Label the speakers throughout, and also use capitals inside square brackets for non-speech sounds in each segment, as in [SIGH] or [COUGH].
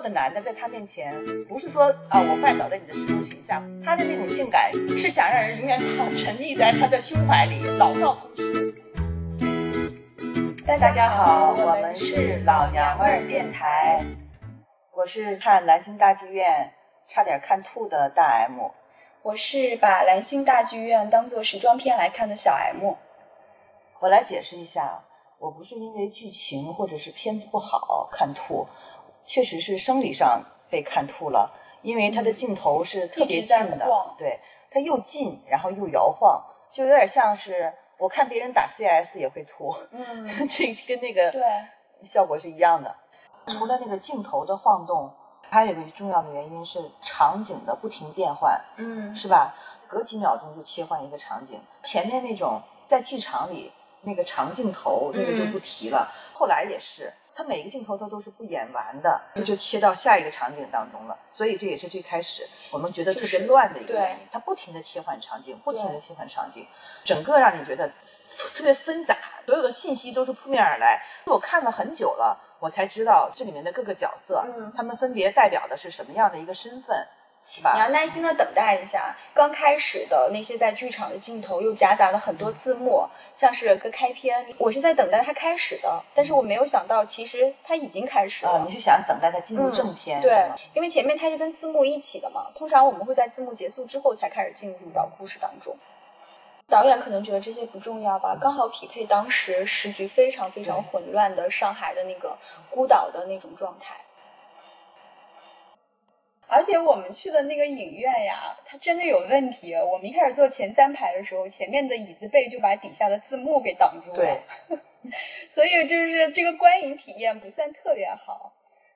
Speaker 1: 的男的在她面前，不是说啊我拜倒在你的十字裙下，他的那种性感是想让人永远躺沉溺在他的胸怀里，老少通吃。大家好，我们是老娘们儿电台，我是看兰心大剧院差点看吐的大 M。
Speaker 2: 我是把兰心大剧院当做时装片来看的小 M。
Speaker 1: 我来解释一下，啊我不是因为剧情或者是片子不好看吐，确实是生理上被看吐了，因为它的镜头是特别近
Speaker 2: 嗯一直在
Speaker 1: 的
Speaker 2: 晃，
Speaker 1: 对，它又近然后又摇晃，就有点像是我看别人打 CS 也会吐，
Speaker 2: 嗯，
Speaker 1: [LAUGHS] 这跟那个
Speaker 2: 对，
Speaker 1: 效果是一样的。除了那个镜头的晃动，还有一个重要的原因是场景的不停变换，
Speaker 2: 嗯，
Speaker 1: 是吧？隔几秒钟就切换一个场景，前面那种在剧场里那个长镜头那个就
Speaker 2: 嗯
Speaker 1: 不提了，后来也是。它每个镜头它都是不演完的，这就切到下一个场景当中了，所以这也是最开始我们觉得特别
Speaker 2: 就是
Speaker 1: 乱的一个
Speaker 2: 对
Speaker 1: 原因。它不停的切换场景，不停的
Speaker 2: 对
Speaker 1: 切换场景，整个让你觉得特别纷杂，所有的信息都是扑面而来。我看了很久了，我才知道这里面的各个角色，
Speaker 2: 嗯
Speaker 1: 他们分别代表的是什么样的一个身份，是
Speaker 2: 你要
Speaker 1: 吧？
Speaker 2: 耐心的等待一下。刚开始的那些在剧场的镜头又夹杂了很多字幕，像是个开篇，我是在等待它开始的，但是我没有想到其实它已经开始
Speaker 1: 啊、
Speaker 2: 了
Speaker 1: 你。是想等待他进入
Speaker 2: 嗯
Speaker 1: 正片，是
Speaker 2: 对
Speaker 1: 吗，
Speaker 2: 因为前面它是跟字幕一起的嘛，通常我们会在字幕结束之后才开始进入到故事当中。导演可能觉得这些不重要吧，刚好匹配当时时局非常非常混乱的上海的那个孤岛的那种状态。而且我们去的那个影院呀，它真的有问题。我们一开始坐前三排的时候，前面的椅子背就把底下的字幕给挡住了，
Speaker 1: 对，
Speaker 2: 所以就是这个观影体验不算特别好。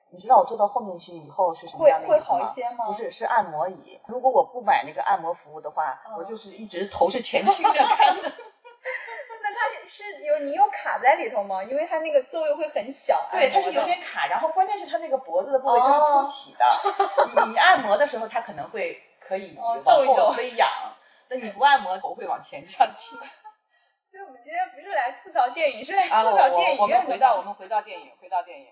Speaker 1: 你知道我坐到后面去以后是什么
Speaker 2: 会
Speaker 1: 样的
Speaker 2: 会
Speaker 1: 椅子
Speaker 2: 好一
Speaker 1: 吗
Speaker 2: 些吗
Speaker 1: 不是，是按摩椅。如果我不买那个按摩服务的话，
Speaker 2: 嗯
Speaker 1: 我就是一直头是前倾着
Speaker 2: [LAUGHS]
Speaker 1: 看的。
Speaker 2: 那它是有你有卡在里头吗？因为它那个座位会很小，
Speaker 1: 对，它
Speaker 2: 按
Speaker 1: 是有
Speaker 2: 摩的
Speaker 1: 点卡，然后关键是它那个脖子的部位它是
Speaker 2: 哦
Speaker 1: 凸起的，你你按摩的时候它可能会可以
Speaker 2: 哦
Speaker 1: 往
Speaker 2: 动一动
Speaker 1: 后微仰，但你不按摩头会往前这
Speaker 2: [LAUGHS]
Speaker 1: 样倾。
Speaker 2: 所以我们今天不是来吐槽电影，是来
Speaker 1: 啊，我
Speaker 2: 吐槽电
Speaker 1: 我我们
Speaker 2: 影院的
Speaker 1: 回
Speaker 2: 嘛。
Speaker 1: 到我们回到电影，回到电影。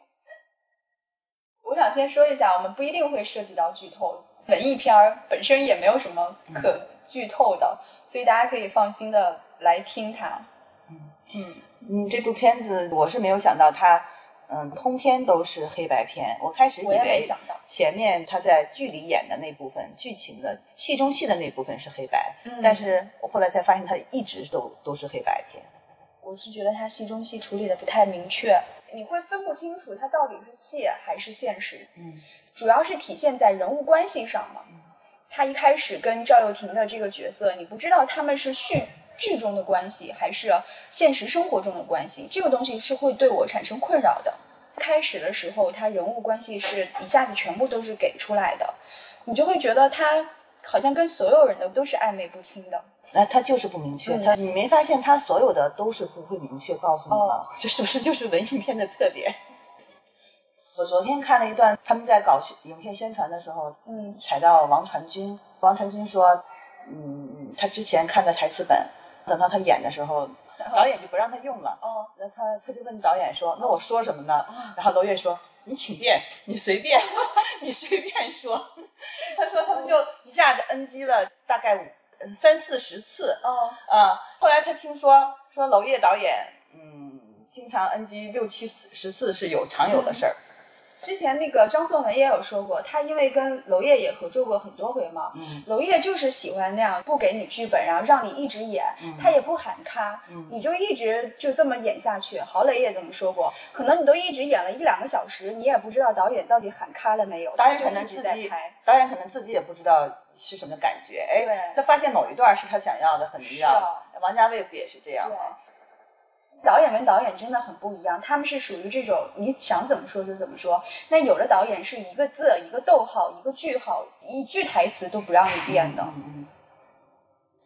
Speaker 2: 我想先说一下，我们不一定会涉及到剧透，文艺片儿本身也没有什么可剧透的，所以大家可以放心的来听它。
Speaker 1: 嗯
Speaker 2: 嗯，
Speaker 1: 嗯，这部片子我是没有想到它，嗯，通篇都是黑白片。我开始以
Speaker 2: 我也没
Speaker 1: 为
Speaker 2: 想到。
Speaker 1: 前面他在剧里演的那部分剧情的戏中戏的那部分是黑白，
Speaker 2: 嗯
Speaker 1: 但是我后来才发现他一直都都是黑白片。
Speaker 2: 我是觉得它戏中戏处理的不太明确，你会分不清楚它到底是戏还是现实。
Speaker 1: 嗯
Speaker 2: 主要是体现在人物关系上嘛。他一开始跟赵又廷的这个角色，你不知道他们是剧剧中的关系，还是现实生活中的关系，这个东西是会对我产生困扰的。开始的时候，他人物关系是一下子全部都是给出来的，你就会觉得他好像跟所有人的都是暧昧不清的。
Speaker 1: 那他就是不明确，
Speaker 2: 嗯
Speaker 1: 他你没发现他所有的都是不会明确告诉你吗
Speaker 2: 哦？
Speaker 1: 这是不是就是文艺片的特点？ [LAUGHS] 我昨天看了一段他们在搞宣影片宣传的时候，
Speaker 2: 嗯
Speaker 1: 踩到王传君，王传君说，嗯，他之前看的台词本，等到他演的时候，导演就不让他用了。
Speaker 2: 哦，
Speaker 1: 那他他就问导演说，那我说什么呢？然后娄烨说，你请便，你随便， [LAUGHS] 你随便说。他说他们就一下子 NG 了大概五嗯三四十次
Speaker 2: 哦，
Speaker 1: 啊。后来他听说说娄烨导演，嗯，经常 NG 六七十次是有常有的事儿。
Speaker 2: 之前那个张颂文也有说过，他因为跟娄烨也合作过很多回嘛，
Speaker 1: 嗯
Speaker 2: 娄烨就是喜欢那样不给你剧本，然后让你一直演，
Speaker 1: 嗯
Speaker 2: 他也不喊咔，
Speaker 1: 嗯
Speaker 2: 你就一直就这么演下去。郝蕾也这么说过，可能你都一直演了一两个小时，你也不知道导演到底喊咔了没有，
Speaker 1: 导演
Speaker 2: 他
Speaker 1: 可
Speaker 2: 就
Speaker 1: 能
Speaker 2: 一直
Speaker 1: 自
Speaker 2: 在
Speaker 1: 己
Speaker 2: 拍。，
Speaker 1: 导演可能自己也不知道是什么感觉，
Speaker 2: 对
Speaker 1: 哎，他发现某一段是他想要的，很重要的
Speaker 2: 是。啊
Speaker 1: 王家卫不也是这样
Speaker 2: 对
Speaker 1: 吗？，
Speaker 2: 导演跟导演真的很不一样，他们是属于这种你想怎么说就怎么说。那有的导演是一个字、一个逗号、一个句号、一句台词都不让你变的。
Speaker 1: 嗯嗯。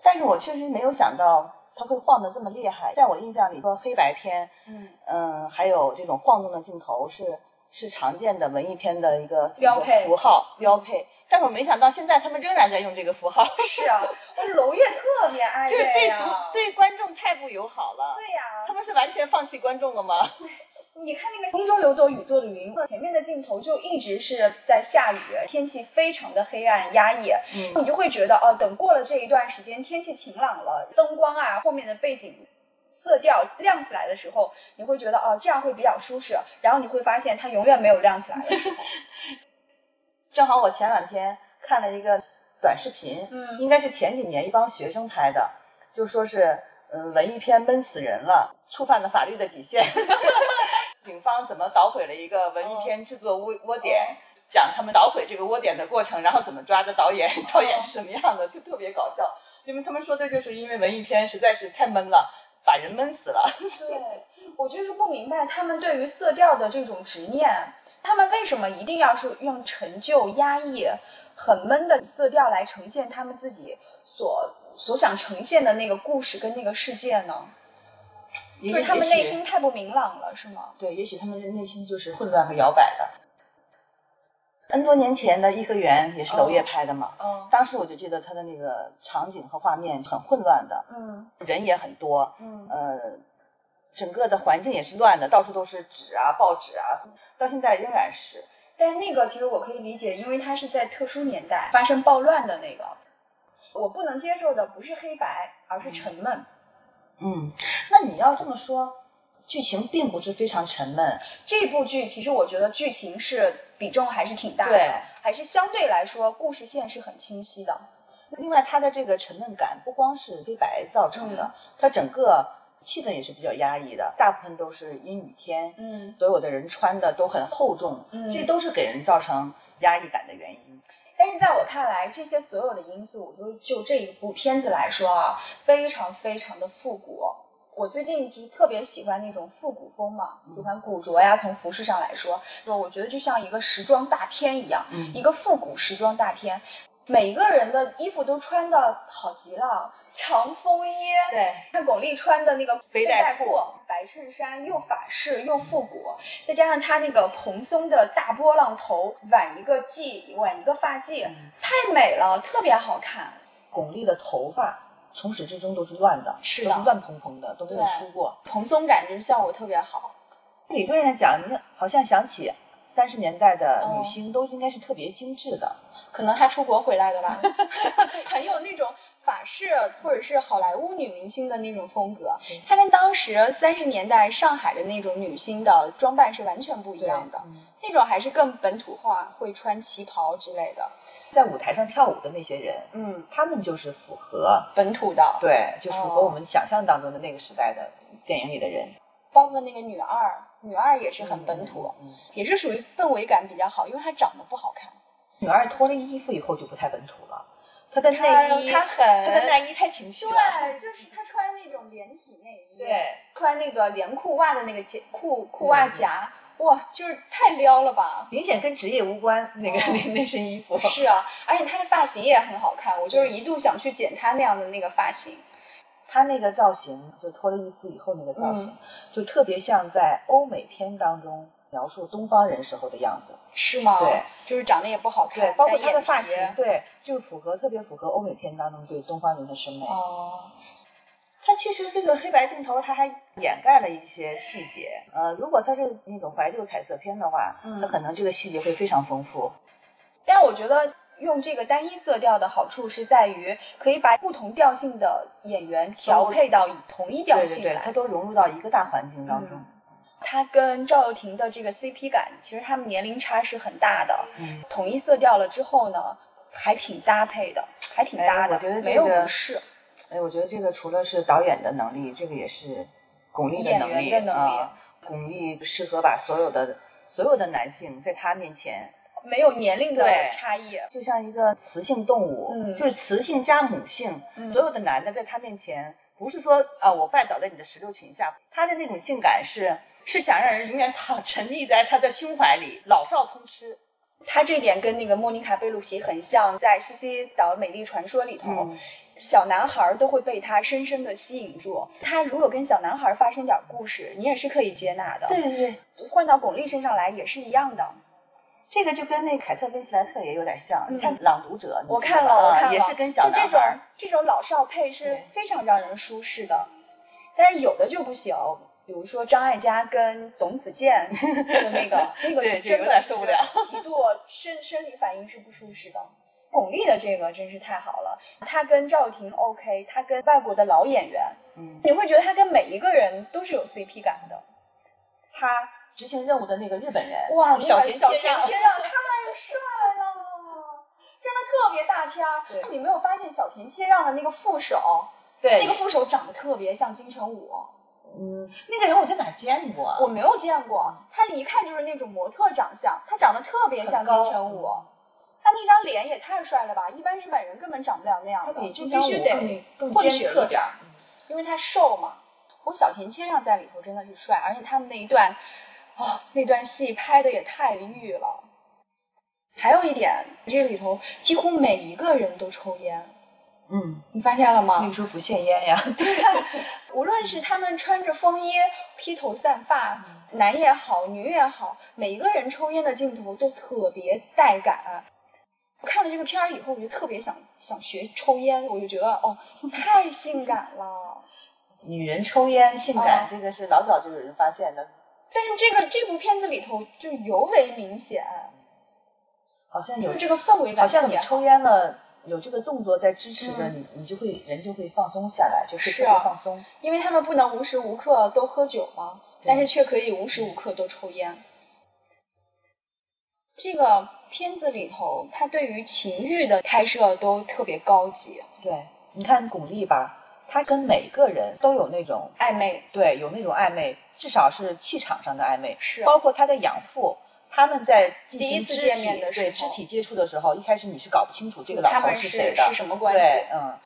Speaker 1: 但是我确实没有想到他会晃得这么厉害，在我印象里说黑白片，
Speaker 2: 嗯
Speaker 1: 嗯，还有这种晃动的镜头是是常见的文艺片的一个
Speaker 2: 标配嗯
Speaker 1: 符号标配。但是我没想到现在他们仍然在用这个符号，
Speaker 2: 是啊，我娄烨特别
Speaker 1: [LAUGHS]
Speaker 2: 爱
Speaker 1: 就是
Speaker 2: 这
Speaker 1: 对
Speaker 2: 样
Speaker 1: 不。对观众太不友好了。
Speaker 2: 对呀、
Speaker 1: 他们是完全放弃观众了吗？
Speaker 2: 你看那个《风中有朵雨做的云》，前面的镜头就一直是在下雨，天气非常的黑暗压抑，
Speaker 1: 嗯
Speaker 2: 你就会觉得哦，等过了这一段时间，天气晴朗了，灯光啊，后面的背景色调亮起来的时候，你会觉得哦，这样会比较舒适。然后你会发现它永远没有亮起来的时候。
Speaker 1: 正好我前两天看了一个短视频，
Speaker 2: 嗯
Speaker 1: 应该是前几年一帮学生拍的，就说是嗯、呃文艺片闷死人了，触犯了法律的底
Speaker 2: [LAUGHS]
Speaker 1: 线。警方怎么捣毁了一个文艺片制作窝窝点？讲他们捣毁这个窝点的过程，然后怎么抓的导演，
Speaker 2: 哦
Speaker 1: 导演是什么样的，就特别搞笑。因为他们说的就是因为文艺片实在是太闷了，把人闷死了。
Speaker 2: 对，我就是不明白他们对于色调的这种执念，他们为什么一定要是用陈旧、压抑、很闷的色调来呈现他们自己所所想呈现的那个故事跟那个世界呢？
Speaker 1: 因
Speaker 2: 就
Speaker 1: 为
Speaker 2: 是他们
Speaker 1: 也许
Speaker 2: 内心太不明朗了，是吗？
Speaker 1: 对，也许他们的内心就是混乱和摇摆的。N 多年前的《颐和园》也是娄烨拍的嘛，
Speaker 2: 嗯
Speaker 1: 当时我就记得他的那个场景和画面很混乱的，
Speaker 2: 嗯
Speaker 1: 人也很多，
Speaker 2: 嗯
Speaker 1: 呃，整个的环境也是乱的，到处都是纸啊、报纸啊，到现在仍然是。
Speaker 2: 但是那个其实我可以理解，因为它是在特殊年
Speaker 1: 嗯
Speaker 2: 代发生暴乱的那个。我不能接受的不是黑白，而是沉闷。
Speaker 1: 嗯，那你要这么说，剧情并不是非常沉闷，
Speaker 2: 这部剧其实我觉得剧情是比重还是挺大
Speaker 1: 对
Speaker 2: 的，还是相对来说故事线是很清晰的。
Speaker 1: 另外，它的这个沉闷感不光是黑白造成的，它整个气氛也是比较压抑的，大部分都是阴雨天，
Speaker 2: 嗯，
Speaker 1: 所有的人穿的都很厚重，
Speaker 2: 嗯
Speaker 1: 这都是给人造成压抑感的原因。
Speaker 2: 但是在我看来，这些所有的因素，我就就这一部片子来说啊，非常非常的复古。我最近就特别喜欢那种复古风嘛，喜欢古着呀。从服饰上来说，就我觉得就像一个时装大片一样，
Speaker 1: 嗯
Speaker 2: 一个复古时装大片。每个人的衣服都穿的好极了，长风衣，
Speaker 1: 对，
Speaker 2: 看巩俐穿的那个
Speaker 1: 背带
Speaker 2: 带
Speaker 1: 裤
Speaker 2: 白衬衫，又法式又复古，再加上她那个蓬松的大波浪头，挽一个髻，挽一个发髻，
Speaker 1: 嗯
Speaker 2: 太美了，特别好看。
Speaker 1: 巩俐的头发从始至终都是乱的，
Speaker 2: 是
Speaker 1: 都
Speaker 2: 的
Speaker 1: 是乱蓬蓬的，都没有
Speaker 2: 对
Speaker 1: 梳过。
Speaker 2: 蓬松感就是效果特别好。
Speaker 1: 理论上讲，你好像想起三十年代的
Speaker 2: 哦
Speaker 1: 女星都应该是特别精致的，
Speaker 2: 可能她出国回来的
Speaker 1: [LAUGHS]
Speaker 2: 吧，很有那种法式或者是好莱坞女明星的那种风格
Speaker 1: 对。
Speaker 2: 她跟当时三十年代上海的那种女星的装扮是完全不一
Speaker 1: 对
Speaker 2: 样的，
Speaker 1: 嗯
Speaker 2: 那种还是更本土化，会穿旗袍之类的。
Speaker 1: 在舞台上跳舞的那些人，
Speaker 2: 嗯，
Speaker 1: 他们就是符合，
Speaker 2: 本土的。
Speaker 1: 对，就符合
Speaker 2: 哦
Speaker 1: 我们想象当中的那个时代的电影里的人，
Speaker 2: 包括那个女二，女二也是很本土，
Speaker 1: 嗯。嗯嗯
Speaker 2: 也是属于氛围感比较好，因为她长得不好看，
Speaker 1: 女二脱了衣服以后就不太本土了，她的内衣，
Speaker 2: 她很
Speaker 1: 她的内衣太情绪了。
Speaker 2: [LAUGHS] 对，就是她穿那种连体内衣，
Speaker 1: 对，
Speaker 2: 穿那个连裤袜的那个夹裤裤袜夹，哇，就是太撩了 [LAUGHS] 吧。
Speaker 1: 明显跟职业无关，那个、
Speaker 2: 哦
Speaker 1: 那那身衣服。
Speaker 2: 是啊，而且她的发型也很好看，我就是一度想去剪她那样的那个发型。
Speaker 1: 她那个造型，就脱了衣服以后那个造型，
Speaker 2: 嗯
Speaker 1: 就特别像在欧美片当中描述东方人时候的样子。
Speaker 2: 是吗？
Speaker 1: 对，
Speaker 2: 就是长得也不好看，
Speaker 1: 对，包括
Speaker 2: 单
Speaker 1: 她的
Speaker 2: 眼
Speaker 1: 发
Speaker 2: 皮
Speaker 1: 型，对，就符合特别符合欧美片当中对东方人的审美。
Speaker 2: 哦，
Speaker 1: 它其实这个黑白镜头，它还掩盖了一些细节。呃，如果它是那种怀旧彩色片的话，
Speaker 2: 嗯
Speaker 1: 它可能这个细节会非常丰富。
Speaker 2: 但我觉得用这个单一色调的好处是在于，可以把不同调性的演员调配到同一调
Speaker 1: 对对
Speaker 2: 性
Speaker 1: 对，
Speaker 2: 来。
Speaker 1: 它都融入到一个大环境当中
Speaker 2: 嗯。他跟赵又廷的这个 CP 感，其实他们年龄差是很大的。
Speaker 1: 嗯，
Speaker 2: 统一色调了之后呢，还挺搭配的，还挺搭的，
Speaker 1: 哎我觉得这个
Speaker 2: 没有不适。
Speaker 1: 哎，我觉得这个除了是导演的能力，这个也是巩俐
Speaker 2: 演
Speaker 1: 能
Speaker 2: 员
Speaker 1: 力
Speaker 2: 的能力
Speaker 1: 啊。巩俐适合把所有的所有的男性在她面前，
Speaker 2: 没有年龄的
Speaker 1: 对
Speaker 2: 差异，
Speaker 1: 就像一个雌性动物，
Speaker 2: 嗯
Speaker 1: 就是雌性加母性，
Speaker 2: 嗯
Speaker 1: 所有的男的在她面前，不是说啊我拜倒在你的石榴裙下，他的那种性感是是想让人永远躺 [LAUGHS] 沉溺在他的胸怀里，老少通吃。
Speaker 2: 他这点跟那个莫妮卡贝鲁奇很像，在《西西岛美丽传说》里头，
Speaker 1: 嗯
Speaker 2: 小男孩儿都会被他深深的吸引住。他如果跟小男孩儿发生点儿故事，你也是可以接纳的。
Speaker 1: 对对对，
Speaker 2: 换到巩俐身上来也是一样的。
Speaker 1: 这个就跟那凯特温斯莱特也有点像，
Speaker 2: 嗯
Speaker 1: 你看《朗读者》你记得吧，
Speaker 2: 我看了，我
Speaker 1: 啊
Speaker 2: 看了，
Speaker 1: 也是跟小
Speaker 2: 就这
Speaker 1: 男
Speaker 2: 种
Speaker 1: 孩。
Speaker 2: 这种老少配是
Speaker 1: 对
Speaker 2: 非常让人舒适的，但是有的就不行。比如说张艾嘉跟董子 [LAUGHS] 健的那 [LAUGHS] 个，那个
Speaker 1: 对
Speaker 2: 是
Speaker 1: 这
Speaker 2: 真
Speaker 1: 有点
Speaker 2: 的
Speaker 1: 受不
Speaker 2: 就是
Speaker 1: 了
Speaker 2: 极度身生理反应是不舒适的。巩俐的这个真是太好了，她跟赵又廷 OK，她跟外国的老演员，
Speaker 1: 嗯，
Speaker 2: 你会觉得她跟每一个人都是有 CP 感的。她
Speaker 1: 执行任务的那个日本人，
Speaker 2: 哇，那个
Speaker 1: 小
Speaker 2: 田小啊
Speaker 1: 天
Speaker 2: 天让太帅了，真的特别大片儿
Speaker 1: 对。
Speaker 2: 你没有发现小田切让的那个副手，
Speaker 1: 对
Speaker 2: 那个副手长得特别像金城武，
Speaker 1: 嗯，那个人我在哪儿见过？啊
Speaker 2: 我没有见过，他一看就是那种模特长相，他长得特别像
Speaker 1: 很高嗯
Speaker 2: 金城武。他那张脸也太帅了吧！一般日本人根本长不了那样
Speaker 1: 他
Speaker 2: 的，
Speaker 1: 比
Speaker 2: 就
Speaker 1: 金
Speaker 2: 必
Speaker 1: 城武
Speaker 2: 须得
Speaker 1: 更更
Speaker 2: 混
Speaker 1: 坚
Speaker 2: 血
Speaker 1: 决
Speaker 2: 一
Speaker 1: 一点
Speaker 2: 点
Speaker 1: 儿
Speaker 2: 儿，因为他瘦嘛。我小田切让在里头真的是帅，而且他们那一段，哦，那段戏拍的也太欲了。还有一点，这里头几乎每一个人都抽烟，
Speaker 1: 嗯，
Speaker 2: 你发现了吗？
Speaker 1: 那个时候不限烟呀，
Speaker 2: 无论是他们穿着风衣、披头散发，
Speaker 1: 嗯
Speaker 2: 男也好，女也好，每一个人抽烟的镜头都特别带感。我看了这个片儿以后，我就特别想想学抽烟，我就觉得哦，太性感了。
Speaker 1: 女人抽烟性感
Speaker 2: 哦，
Speaker 1: 这个是老早就有人发现的，
Speaker 2: 但是这个这部片子里头就尤为明显，
Speaker 1: 好像有
Speaker 2: 就是这个氛围感
Speaker 1: 好像
Speaker 2: 特
Speaker 1: 你
Speaker 2: 别
Speaker 1: 抽烟了，有这个动作在支持着
Speaker 2: 嗯
Speaker 1: 你，你就会人就会放松下来，就是会
Speaker 2: 啊
Speaker 1: 放松。
Speaker 2: 因为他们不能无时无刻都喝酒嘛，
Speaker 1: 对
Speaker 2: 但是却可以无时无刻都抽烟。这个片子里头，他对于情欲的开设都特别高级，
Speaker 1: 对，你看巩俐吧，她跟每个人都有那种
Speaker 2: 暧昧
Speaker 1: 对有那种暧昧，至少是气场上的暧昧，
Speaker 2: 是啊
Speaker 1: 包括她的养父。他们在进
Speaker 2: 第一
Speaker 1: 行
Speaker 2: 次
Speaker 1: 肢
Speaker 2: 见
Speaker 1: 体
Speaker 2: 面的时
Speaker 1: 对
Speaker 2: 候
Speaker 1: 肢体接触的时候，一开始你是搞不清楚这个老
Speaker 2: 他
Speaker 1: 头
Speaker 2: 们是
Speaker 1: 谁的，
Speaker 2: 是什么关
Speaker 1: 对
Speaker 2: 系？，
Speaker 1: 嗯。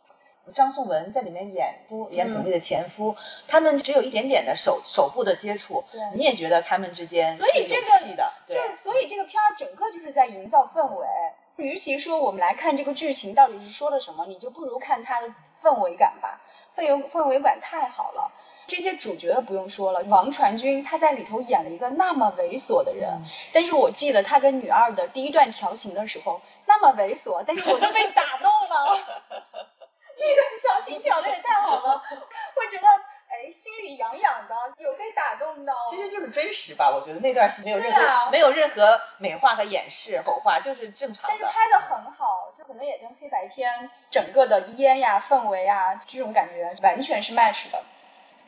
Speaker 1: 张颂文在里面演夫，演
Speaker 2: 嗯
Speaker 1: 巩俐的前夫，他们只有一点点的手手部的接触，
Speaker 2: 对
Speaker 1: 你也觉得他们之间
Speaker 2: 所
Speaker 1: 是
Speaker 2: 以
Speaker 1: 有
Speaker 2: 这个
Speaker 1: 戏的，
Speaker 2: 就
Speaker 1: 对，
Speaker 2: 是所以这个片儿整个就是在营造氛围。与其说我们来看这个剧情到底是说了什么，你就不如看它的氛围感吧。氛围氛围感太好了，这些主角不用说了，王传君他在里头演了一个那么猥琐的人，
Speaker 1: 嗯
Speaker 2: 但是我记得他跟女二的第一段调情的时候那么猥琐，但是我都被打动
Speaker 1: [LAUGHS]
Speaker 2: 了。第一段调情调的也太好了，我觉得哎心里痒痒的，有被打动到。
Speaker 1: 其实就是真实吧，我觉得那段是没有任何、
Speaker 2: 对啊
Speaker 1: 没有任何美化和掩饰、丑化，就是正常
Speaker 2: 但是
Speaker 1: 的。
Speaker 2: 拍的很好，就可能也跟黑白片整个的烟呀、氛围呀这种感觉完全是 match 的。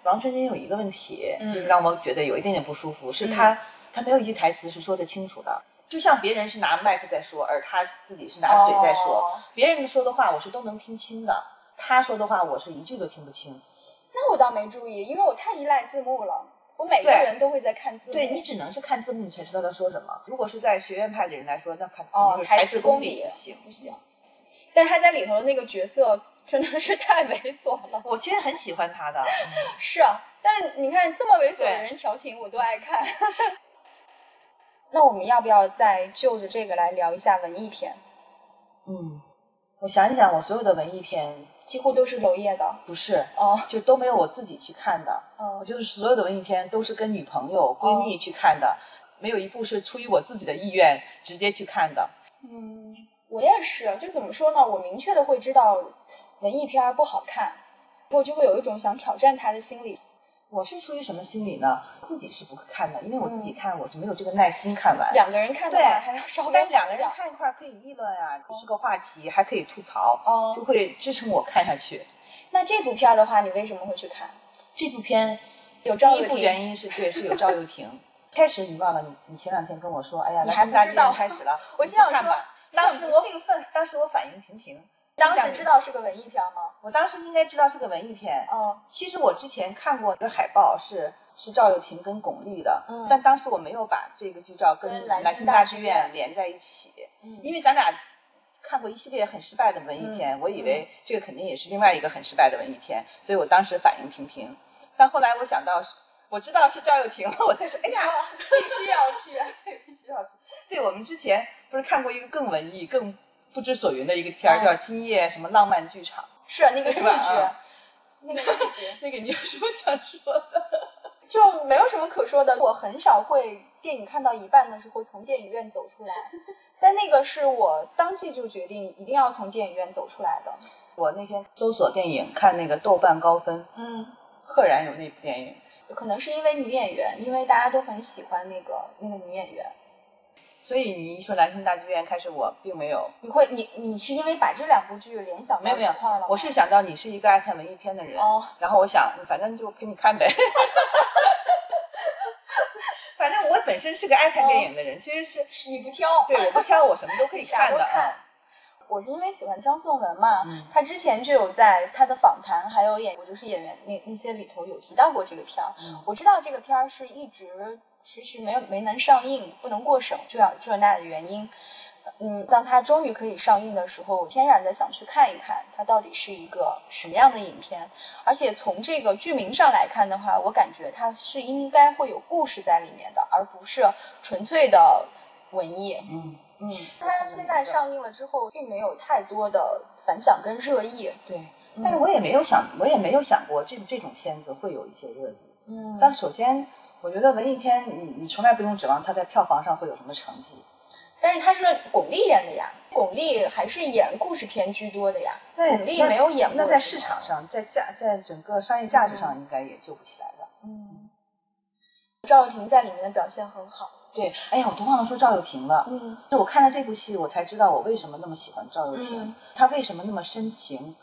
Speaker 1: 王传君有一个问题，
Speaker 2: 嗯
Speaker 1: 就是让我觉得有一点点不舒服，是他、他没有一句台词是说得清楚的，就像别人是拿麦克在说，而他自己是拿嘴在说，
Speaker 2: 哦
Speaker 1: 别人说的话我是都能听清的，他说的话我是一句都听不清。
Speaker 2: 那我倒没注意，因为我太依赖字幕了，我每个
Speaker 1: 对
Speaker 2: 人都会在看字幕。
Speaker 1: 对你只能是看字幕，你才知道他说什么。如果是在学院派的人来说，那肯肯定
Speaker 2: 哦
Speaker 1: 就，是
Speaker 2: 台
Speaker 1: 词
Speaker 2: 功
Speaker 1: 底不行
Speaker 2: 行。不行？但他在里头的那个角色真的是太猥琐了。
Speaker 1: 我其实很喜欢他的，嗯
Speaker 2: 是啊，但你看这么猥琐的
Speaker 1: 对
Speaker 2: 人调情，我都爱看。 [LAUGHS] 那我们要不要再就着这个来聊一下文艺片？
Speaker 1: [LAUGHS] 嗯，我想一想，我所有的文艺片
Speaker 2: 几乎都是娄烨的
Speaker 1: 不是，
Speaker 2: 哦，
Speaker 1: 就都没有我自己去看的。
Speaker 2: 哦
Speaker 1: 我就是所有的文艺片都是跟女朋友、闺蜜去看的，没有一部是出于我自己的意愿直接去看的。
Speaker 2: 嗯，我也是，就怎么说呢？我明确的会知道文艺片儿不好看，我就会有一种想挑战它的心理。
Speaker 1: 我是出于什么心理呢？自己是不看的，因为我自己看、我是没有这个耐心看完。
Speaker 2: 嗯两个人看的
Speaker 1: 对
Speaker 2: 话，还要稍微
Speaker 1: 但
Speaker 2: 好
Speaker 1: 两个人
Speaker 2: 一点
Speaker 1: 看一块儿可以议论啊，是个话题，还可以吐槽，就
Speaker 2: 哦，
Speaker 1: 会支撑我看下去。
Speaker 2: 那这部片儿的话，你为什么会去看？
Speaker 1: 这部片
Speaker 2: 有赵
Speaker 1: 第一
Speaker 2: 又
Speaker 1: 部
Speaker 2: 廷，
Speaker 1: 原因是对，是有赵又廷。开始你忘了，你你前两天跟我说，哎呀，
Speaker 2: 你
Speaker 1: 来
Speaker 2: 还
Speaker 1: 咱们
Speaker 2: 不
Speaker 1: 大
Speaker 2: 知
Speaker 1: 剧
Speaker 2: 道
Speaker 1: 院开始了，
Speaker 2: [LAUGHS] 我
Speaker 1: 你
Speaker 2: 心想
Speaker 1: 去看
Speaker 2: 说
Speaker 1: 吧。当
Speaker 2: 你
Speaker 1: 时
Speaker 2: 怎么
Speaker 1: 我
Speaker 2: 不兴奋，
Speaker 1: 当时我反应平平，
Speaker 2: 当
Speaker 1: 这样
Speaker 2: 时知道是个文艺片儿吗？
Speaker 1: 我当时应该知道是个文艺片。
Speaker 2: 哦，
Speaker 1: 其实我之前看过一个海报是是赵又廷跟巩俐的，
Speaker 2: 嗯
Speaker 1: 但当时我没有把这个剧照
Speaker 2: 跟
Speaker 1: 跟
Speaker 2: 蓝
Speaker 1: 蓝
Speaker 2: 星
Speaker 1: 星
Speaker 2: 大
Speaker 1: 大
Speaker 2: 剧
Speaker 1: 剧
Speaker 2: 院
Speaker 1: 院连在一起，因
Speaker 2: 嗯，
Speaker 1: 为咱俩看过一系列很失败的文艺片，我以
Speaker 2: 嗯
Speaker 1: 为这个肯定也是另外一个很失败的文艺片，所以我当时反应平平。但后来我想到是，我知道是赵又廷了，我才说，哎
Speaker 2: 哦
Speaker 1: 呀，
Speaker 2: [LAUGHS] 必须要去。
Speaker 1: [LAUGHS] 对，必须要去。对，我们之前不是看过一个更文艺、更不知所云的一个片儿，
Speaker 2: 嗯
Speaker 1: 叫《今夜什么浪漫剧场》，
Speaker 2: 是那个日
Speaker 1: 对
Speaker 2: 剧
Speaker 1: 吧啊，
Speaker 2: 那个日剧。
Speaker 1: 那个你有什么想说的？ [LAUGHS]
Speaker 2: 就没有什么可说的。我很少会电影看到一半的时候从电影院走出来，
Speaker 1: [LAUGHS]
Speaker 2: 但那个是我当即就决定一定要从电影院走出来的。
Speaker 1: 我那天搜索电影，看那个豆瓣高分，
Speaker 2: 嗯，
Speaker 1: 赫然有那部电影。
Speaker 2: 可能是因为女演员，因为大家都很喜欢那个那个女演员。
Speaker 1: 所以你一说《兰心大剧院》，开始我并没有，
Speaker 2: 你会你你是因为把这两部剧联想
Speaker 1: 没有
Speaker 2: 到
Speaker 1: 没
Speaker 2: 一
Speaker 1: 有
Speaker 2: 块儿了吗？
Speaker 1: 我是想到你是一个爱看文艺片的人，
Speaker 2: 哦
Speaker 1: 然后我想反正就陪你看呗。 [LAUGHS] 反正我本身是个爱看电影的人，其实是
Speaker 2: 是你不挑，
Speaker 1: 对我不挑，我什么都可以
Speaker 2: 啥
Speaker 1: 看
Speaker 2: 都
Speaker 1: 的。啊
Speaker 2: 看。我是因为喜欢张颂文嘛，
Speaker 1: 嗯
Speaker 2: 他之前就有在他的访谈还有演，我就是演员那那些里头有提到过这个片儿。
Speaker 1: 嗯
Speaker 2: 我知道这个片儿是一直迟迟没有没能上映，不能过审，这样这那的原因。嗯，当它终于可以上映的时候，我天然的想去看一看它到底是一个什么样的影片。而且从这个剧名上来看的话，我感觉它是应该会有故事在里面的，而不是纯粹的文艺。
Speaker 1: 嗯
Speaker 2: 嗯，它现在上映了之后，并没有太多的反响跟热议。
Speaker 1: 对，
Speaker 2: 嗯
Speaker 1: 但是我也没有想，我也没有想过这这种片子会有一些热议。
Speaker 2: 嗯，
Speaker 1: 但首先，我觉得文艺片你你从来不用指望它在票房上会有什么成绩。
Speaker 2: 但是他是巩俐演的呀，巩俐还是演故事片居多的呀。
Speaker 1: 那
Speaker 2: 巩俐没有演过
Speaker 1: 那在
Speaker 2: 这
Speaker 1: 市
Speaker 2: 个
Speaker 1: 场上，在价在整个商业价值上，应该也救不起来的。
Speaker 2: 嗯，赵又廷在里面的表现很好。
Speaker 1: 对，哎呀，我都忘了说赵又廷了。
Speaker 2: 嗯
Speaker 1: 就我看了这部戏，我才知道我为什么那么喜欢赵又廷，
Speaker 2: 嗯
Speaker 1: 他为什么那么深情，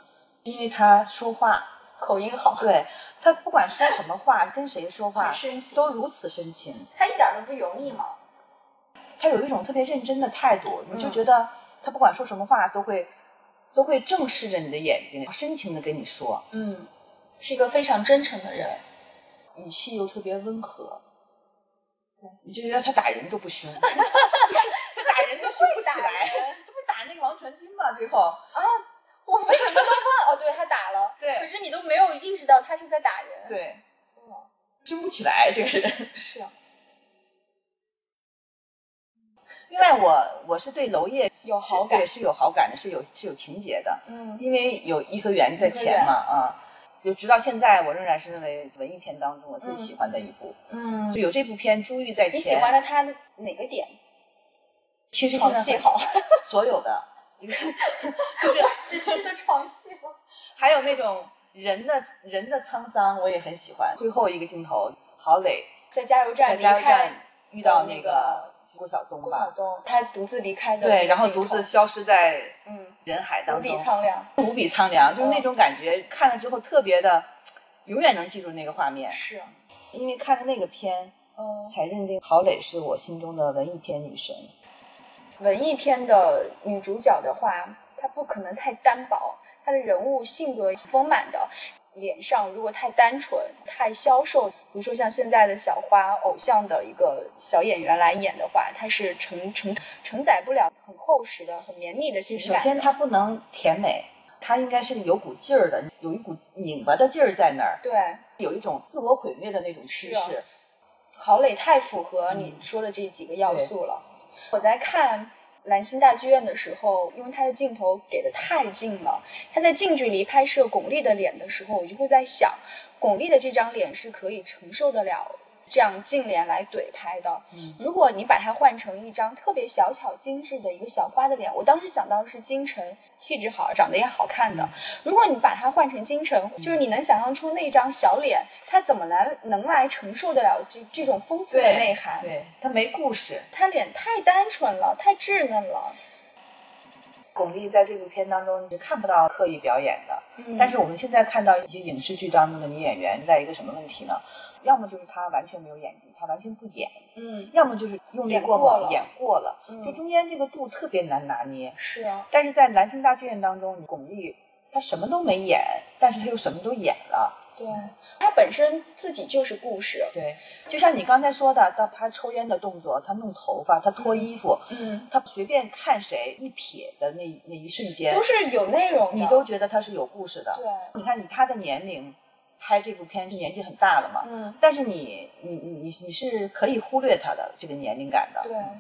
Speaker 1: 因为他说话，
Speaker 2: 口音好，
Speaker 1: 对他不管说什么话，跟谁说话
Speaker 2: 很深情
Speaker 1: 都如此深情，
Speaker 2: 他一点都不油腻嘛。
Speaker 1: 他有一种特别认真的态度，你就
Speaker 2: 嗯
Speaker 1: 觉得他不管说什么话都会都会正视着你的眼睛，深情的跟你说，
Speaker 2: 嗯，是一个非常真诚的人。
Speaker 1: 语气又特别温和
Speaker 2: 对，
Speaker 1: 你就觉得他打人都不
Speaker 2: [LAUGHS]
Speaker 1: 凶，就是他打人都凶不起来， [LAUGHS] 这不是打那个王传君吗？最后
Speaker 2: 我为什么都忘？哦，对他打了。
Speaker 1: 对
Speaker 2: 可是你都没有意识到他是在打人。。
Speaker 1: 对
Speaker 2: 嗯，
Speaker 1: 凶不起来这个人。
Speaker 2: 是啊，
Speaker 1: 另外我我是对娄烨
Speaker 2: 有
Speaker 1: 是
Speaker 2: 好感
Speaker 1: 对。是有好感的，是有是有情节的，
Speaker 2: 嗯
Speaker 1: 因为有颐和园在前嘛啊，就直到现在我仍然是认为文艺片当中我最喜欢的一部，
Speaker 2: 嗯
Speaker 1: 就。有这部片朱玉在
Speaker 2: 你喜欢
Speaker 1: 前，
Speaker 2: 的他的哪个点？
Speaker 1: 其实
Speaker 2: 床
Speaker 1: 现
Speaker 2: 戏
Speaker 1: 在 [LAUGHS]
Speaker 2: 好，
Speaker 1: 所有的，就是 [LAUGHS]
Speaker 2: 只记得床戏了。
Speaker 1: 还有那种人的人的沧桑我也很喜欢，最后一个镜头郝蕾
Speaker 2: 在加油站
Speaker 1: 在
Speaker 2: 离
Speaker 1: 加油站
Speaker 2: 开
Speaker 1: 遇到
Speaker 2: 那
Speaker 1: 那个郭晓东
Speaker 2: 郭晓
Speaker 1: 吧，
Speaker 2: 东，他独自离开的那个
Speaker 1: 对，然后
Speaker 2: 镜头
Speaker 1: 独自消失在
Speaker 2: 嗯，
Speaker 1: 人海
Speaker 2: 无
Speaker 1: 当
Speaker 2: 比
Speaker 1: 中。
Speaker 2: 苍凉。
Speaker 1: 无嗯比苍凉，就是那种感觉，看了之后特别的，永远能记住那个画面。
Speaker 2: 是，
Speaker 1: 因为看了那个片，
Speaker 2: 嗯，
Speaker 1: 才认定郝蕾是我心中的文艺片女神。
Speaker 2: 文艺片的女主角的话，她不可能太单薄，她的人物性格丰满的。脸上如果太单纯、太消瘦，比如说像现在的小花偶像的一个小演员来演的话，她是承承承载不了很厚实的、很绵密的情
Speaker 1: 首
Speaker 2: 感的。
Speaker 1: 先，她不能甜美，她应该是有股劲儿的，有一股拧巴的劲儿在那儿，
Speaker 2: 对
Speaker 1: 有一种自我毁灭的那种趋
Speaker 2: 是啊
Speaker 1: 势。
Speaker 2: 郝蕾太符合
Speaker 1: 嗯
Speaker 2: 你说的这几个要素了。我在看《兰心大剧院》的时候，因为他的镜头给的太近了，他在近距离拍摄巩俐的脸的时候，我就会在想，巩俐的这张脸是可以承受得了这样近脸来怼拍的。
Speaker 1: 嗯，
Speaker 2: 如果你把它换成一张特别小巧精致的一个小花的脸，我当时想到的是金晨，气质好，长得也好看的。如果你把它换成金晨，就是你能想象出那张小脸，她怎么来能来承受得了这这种丰富的
Speaker 1: 对
Speaker 2: 内涵？
Speaker 1: 对，她没故事。
Speaker 2: 她脸太单纯了，太稚嫩了。
Speaker 1: 巩俐在这部片当中你是看不到刻意表演的，
Speaker 2: 嗯
Speaker 1: 但是我们现在看到一些影视剧当中的女演员，在一个什么问题呢？要么就是她完全没有演技，她完全不演。
Speaker 2: 嗯
Speaker 1: 要么就是用力过猛，演
Speaker 2: 演
Speaker 1: 过了，
Speaker 2: 嗯
Speaker 1: 就中间这个度特别难拿捏。
Speaker 2: 是啊，
Speaker 1: 但是在南京大剧院当中，巩俐她什么都没演，但是她又什么都演了。
Speaker 2: 对，她本身自己就是故事。
Speaker 1: 对，就像你刚才说的，到她抽烟的动作，她弄头发，她脱衣服，
Speaker 2: 嗯，
Speaker 1: 她随便看谁一瞥的那那一瞬间
Speaker 2: 都，是有内容的。
Speaker 1: 你都觉得她是有故事的。
Speaker 2: 对，
Speaker 1: 你看以她的年龄拍这部片，年纪很大了嘛，
Speaker 2: 嗯。
Speaker 1: 但是你你你你你是可以忽略她的这个年龄感的。
Speaker 2: 对，啊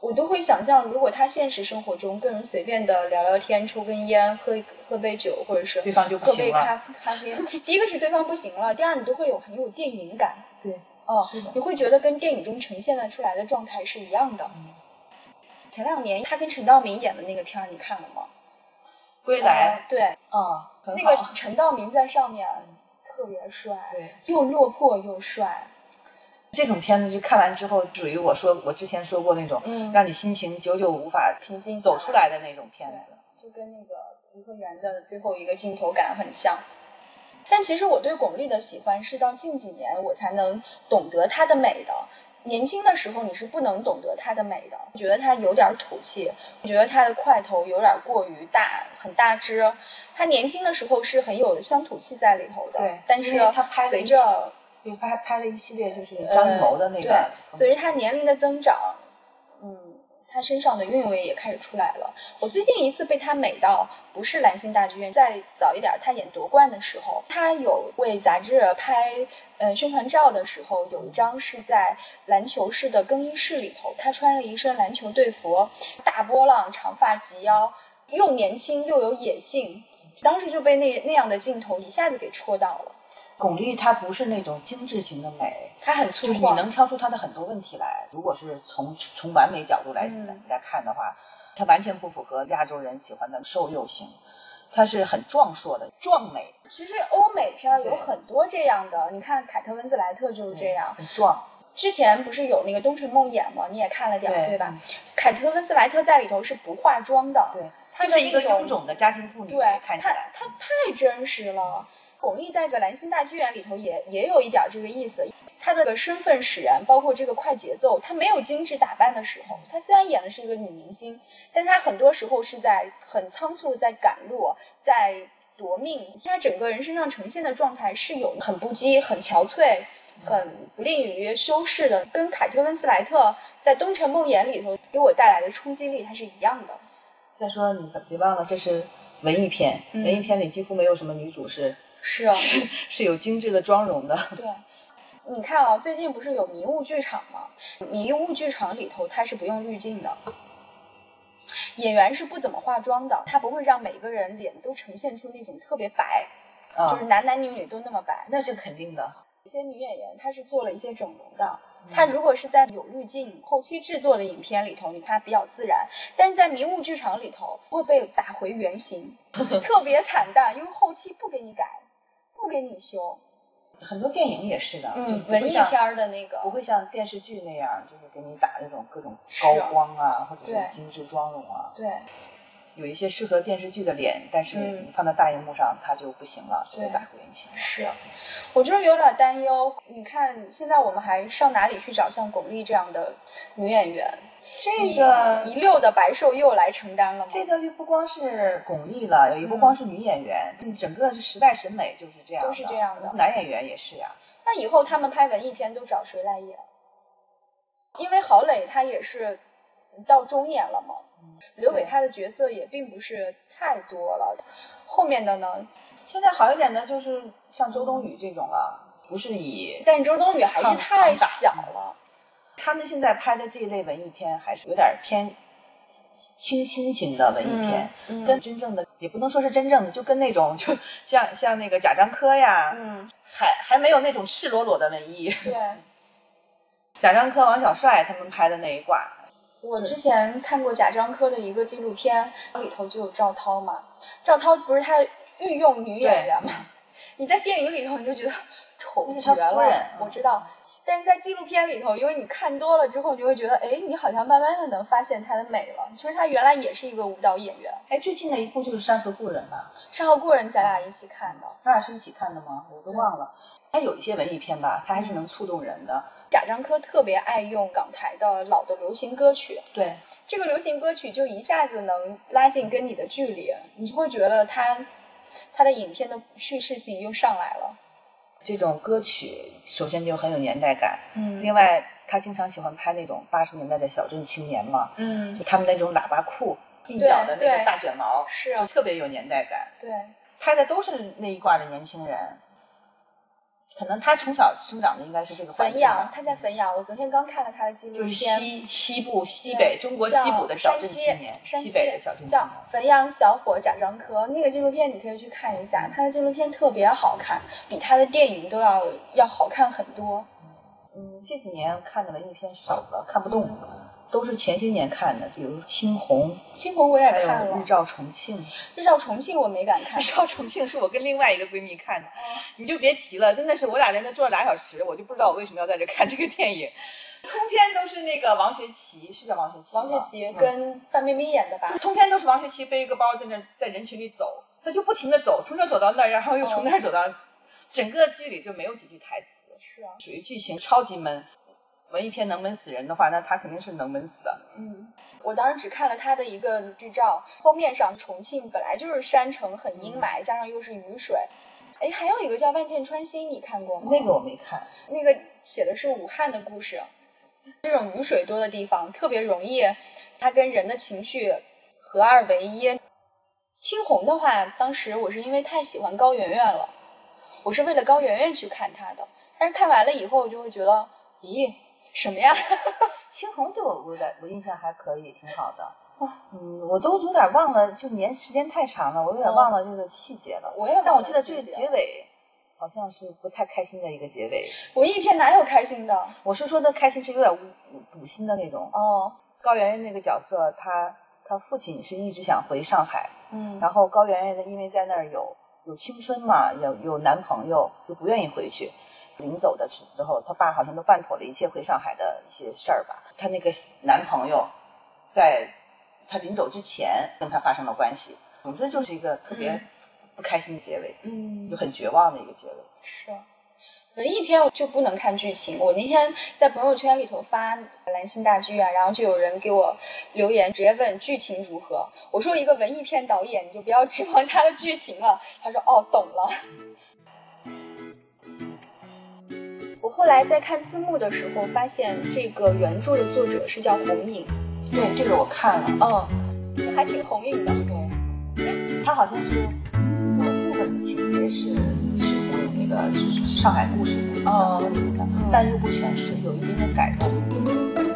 Speaker 2: 我都会想象，如果他现实生活中跟人随便的聊聊天、抽根烟、喝一喝杯酒，或者是
Speaker 1: 对方就不
Speaker 2: 喝
Speaker 1: 行
Speaker 2: 杯
Speaker 1: 了
Speaker 2: 咖啡咖啡，第一个是对方不行了，第二你都会有很有电影感，
Speaker 1: 对，
Speaker 2: 哦
Speaker 1: 是的，
Speaker 2: 你会觉得跟电影中呈现的出来的状态是一样的。
Speaker 1: 嗯
Speaker 2: 前两年他跟陈道明演的那个片儿，你看了吗？
Speaker 1: 归来
Speaker 2: 呃对，
Speaker 1: 啊，很
Speaker 2: 那
Speaker 1: 好。
Speaker 2: 个陈道明在上面。特别帅，
Speaker 1: 对，
Speaker 2: 又落魄又帅，
Speaker 1: 这种片子就看完之后，属于我说我之前说过那种，
Speaker 2: 嗯
Speaker 1: 让你心情久久无法
Speaker 2: 平静
Speaker 1: 走出来的那种片子。
Speaker 2: 就跟那个颐和园的最后一个镜头感很像。但其实我对巩俐的喜欢是到近几年我才能懂得她的美的。年轻的时候你是不能懂得她的美的，我觉得她有点土气，我觉得她的块头有点过于大，很大只。她年轻的时候是很有乡土气在里头的，
Speaker 1: 对
Speaker 2: 但是
Speaker 1: 因为她拍的
Speaker 2: 随
Speaker 1: 一
Speaker 2: 着
Speaker 1: 对，拍拍了一系列就是张艺谋的那个，嗯
Speaker 2: 呃对，随着他年龄的增长，嗯，他身上的韵味也开始出来了。我最近一次被他美到，不是兰心大剧院，再早一点他演夺冠的时候，他有为杂志拍呃宣传照的时候，有一张是在篮球室的更衣室里头，他穿了一身篮球队服，大波浪，长发及腰，又年轻又有野性，当时就被那那样的镜头一下子给戳到了。
Speaker 1: 巩俐她不是那种精致型的美，
Speaker 2: 他很粗
Speaker 1: 就是你
Speaker 2: 犷，
Speaker 1: 能挑出她的很多问题来。如果是从从完美角度来、
Speaker 2: 嗯
Speaker 1: 来看的话，她完全不符合亚洲人喜欢的瘦肉型，她是很壮硕的壮美，
Speaker 2: 其实欧美片儿有
Speaker 1: 对
Speaker 2: 很多这样的，你看凯特温斯莱特就是这样。
Speaker 1: 很壮，
Speaker 2: 之前不是有那个《东城梦魇》吗？你也看了点儿，
Speaker 1: 对嗯
Speaker 2: 对吧？凯特温斯莱特在里头是不化妆的，
Speaker 1: 对，
Speaker 2: 她
Speaker 1: 就是一个
Speaker 2: 那种
Speaker 1: 臃肿的家庭妇女，
Speaker 2: 对，
Speaker 1: 看起
Speaker 2: 她
Speaker 1: 来，
Speaker 2: 她太真实了。巩俐在这个兰心大剧院里头也也有一点儿这个意思，她的身份使然，包括这个快节奏，她没有精致打扮的时候。她虽然演的是一个女明星，但她很多时候是在很仓促地在赶路，在夺命。她整个人身上呈现的状态是有很不羁、很憔悴、很不利于修饰的，跟凯特温斯莱特在《东城梦魇》里头给我带来的冲击力它是一样的。
Speaker 1: 再说你别忘了这是文艺片，
Speaker 2: 嗯
Speaker 1: 文艺片里几乎没有什么女主是 [LAUGHS]
Speaker 2: 是啊。
Speaker 1: 是是有精致的妆容的，
Speaker 2: 对，你看啊、最近不是有迷雾剧场吗？迷雾剧场里头它是不用滤镜的，演员是不怎么化妆的，它不会让每个人脸都呈现出那种特别白，
Speaker 1: 啊
Speaker 2: 就是，男男女女都那么白。
Speaker 1: 那是肯定的。
Speaker 2: 有些女演员她是做了一些整容的。她如果是在有滤镜、后期制作的影片里头，你看比较自然，但是在迷雾剧场里头会被打回原 [LAUGHS] 形，特别惨淡，因为后期不给你改，不给你修。
Speaker 1: 很多电影也是的，就
Speaker 2: 嗯，
Speaker 1: 不会
Speaker 2: 文艺
Speaker 1: 像
Speaker 2: 片儿的那个
Speaker 1: 不会像电视剧那样，就是给你打那种各种
Speaker 2: 是
Speaker 1: 高光啊，或者
Speaker 2: 对
Speaker 1: 是精致妆容啊。
Speaker 2: 对，
Speaker 1: 有一些适合电视剧的脸，但是
Speaker 2: 嗯
Speaker 1: 你放到大荧幕上，它就不行了，就
Speaker 2: 对
Speaker 1: 被打回原形。
Speaker 2: 是，我就是有点担忧。你看，现在我们还上哪里去找像巩俐这样的女演员？
Speaker 1: 这个
Speaker 2: 一一溜的白瘦幼来承担了吗？
Speaker 1: 这个又不光是巩俐了，也不光是女演员，嗯整个是时代审美就是这样的，
Speaker 2: 都是这样的
Speaker 1: 男演员也是呀、
Speaker 2: 那以后他们拍文艺片都找谁来演？因为郝蕾她也是到中年了嘛，
Speaker 1: 嗯
Speaker 2: 留给
Speaker 1: 对
Speaker 2: 她的角色也并不是太多了。后面的呢？
Speaker 1: 现在好一点的就是像周冬雨这种了，不是以
Speaker 2: 但周冬雨还是
Speaker 1: 抗
Speaker 2: 太
Speaker 1: 抗打
Speaker 2: 小了。
Speaker 1: 他们现在拍的这一类文艺片还是有点偏清新型的文艺片，
Speaker 2: 嗯嗯
Speaker 1: 跟真正的也不能说是真正的，就跟那种 [LAUGHS] 就像像那个贾樟柯呀，
Speaker 2: 嗯，
Speaker 1: 还还没有那种赤裸裸的文艺。 [LAUGHS]
Speaker 2: 对。
Speaker 1: 贾樟柯、王小帅他们拍的那一挂，
Speaker 2: 我之前看过贾樟柯的一个纪录片，
Speaker 1: 嗯
Speaker 2: 里头就有赵涛嘛。赵涛不是他御用女演员嘛？你在电影里头你就觉得丑
Speaker 1: 那是
Speaker 2: 绝
Speaker 1: 他夫人嗯
Speaker 2: 了，我知道。但是在纪录片里头，因为你看多了之后，你就会觉得，哎，你好像慢慢的能发现她的美了。其实她原来也是一个舞蹈演员，
Speaker 1: 哎，最近的一部就是《山河故人》吧？
Speaker 2: 《山河故人》咱俩一起看的。
Speaker 1: 咱俩是一起看的吗？我都忘了。他有一些文艺片吧，他还是能触动人的。
Speaker 2: 贾樟柯特别爱用港台的老的流行歌曲，
Speaker 1: 对，
Speaker 2: 这个流行歌曲就一下子能拉近跟你的距离，你就会觉得它它的影片的叙事性又上来了。
Speaker 1: 这种歌曲首先就很有年代感，
Speaker 2: 嗯
Speaker 1: 另外他经常喜欢拍那种八十年代的小镇青年嘛，
Speaker 2: 嗯
Speaker 1: 就，他们那种喇叭裤，鬓角的那
Speaker 2: 对
Speaker 1: 个大卷毛，
Speaker 2: 是啊
Speaker 1: 就特别有年代感。
Speaker 2: 对，
Speaker 1: 拍的都是那一挂的年轻人，可能他从小生长的应该是这个环
Speaker 2: 汾
Speaker 1: 境吧。
Speaker 2: 阳，他在汾阳，我昨天刚看了他的纪录
Speaker 1: 就
Speaker 2: 片。
Speaker 1: 是西西部西北中国西部的小镇青年，
Speaker 2: 山西
Speaker 1: 西北的小镇青
Speaker 2: 叫
Speaker 1: 年。
Speaker 2: 《汾阳小伙贾樟柯》那个纪录片，你可以去看一下，他的纪录片特别好看，比他的电影都要要好看很多。
Speaker 1: 嗯，这几年看的文艺片少了，看不动，都是前些年看的，比如《青红》，
Speaker 2: 青红我也
Speaker 1: 还有
Speaker 2: 看了，
Speaker 1: 《日照重庆》。
Speaker 2: 日照重庆我没敢看
Speaker 1: [LAUGHS] 《，少重庆》是我跟另外一个闺蜜看的， [LAUGHS] 你就别提了，真的是我俩在那坐了俩小时，我就不知道我为什么要在这看这个电影。通篇都是那个王学圻，是叫王学圻吗
Speaker 2: 王雪琪
Speaker 1: 嗯
Speaker 2: 跟范冰冰演的吧？
Speaker 1: 通篇都是王学圻背一个包在那在人群里走，他就不停的走，从这走到那儿，然后又从那儿走到， [LAUGHS] 整个剧里就没有几句台词，
Speaker 2: 是啊，
Speaker 1: 属于剧情超级闷。文艺片能闷死人的话，那他肯定是能闷死的。
Speaker 2: 嗯，我当时只看了他的一个剧照，封面上重庆本来就是山城，很阴霾，加上又是雨水。哎，还有一个叫《万箭穿心》，你看过吗？
Speaker 1: 那个我没看，
Speaker 2: 那个写的是武汉的故事，这种雨水多的地方特别容易，它跟人的情绪合二为一。青红的话，当时我是因为太喜欢高圆圆了，我是为了高圆圆去看她的，但是看完了以后，我就会觉得，咦，什么呀？ [LAUGHS]
Speaker 1: 青红对我我的我印象还可以，挺好的。
Speaker 2: 啊
Speaker 1: 嗯，我都有点忘了，就年时间太长了，我有点忘了这个细节了。
Speaker 2: 哦我也忘了
Speaker 1: 但我记得最
Speaker 2: 细节
Speaker 1: 结尾好像是不太开心的一个结尾。
Speaker 2: 文艺片哪有开心的？
Speaker 1: 我是说的开心是有点捂堵心的那种。
Speaker 2: 哦，
Speaker 1: 高圆圆那个角色，她她父亲是一直想回上海，
Speaker 2: 嗯，
Speaker 1: 然后高圆圆呢，因为在那儿有有青春嘛，有有男朋友，就不愿意回去。临走的时候，她爸好像都办妥了一切回上海的一些事儿吧。她那个男朋友在她临走之前跟她发生了关系。总之就是一个特别
Speaker 2: 嗯
Speaker 1: 不开心的结尾，
Speaker 2: 嗯
Speaker 1: 就很绝望的一个结尾。
Speaker 2: 是。文艺片我就不能看剧情。我那天在朋友圈里头发兰心大剧啊院，然后就有人给我留言，直接问剧情如何。我说一个文艺片导演，你就不要指望他的剧情了。他说哦，懂了。 [LAUGHS] 我后来在看字幕的时候，发现这个原著的作者是叫红影，
Speaker 1: 对，这个我看了，
Speaker 2: 嗯，就还挺红影的。
Speaker 1: 他好像是有部分的情节是是从那个上海故事上
Speaker 2: 哦嗯
Speaker 1: 收录的，但又不全是，有一点点改动。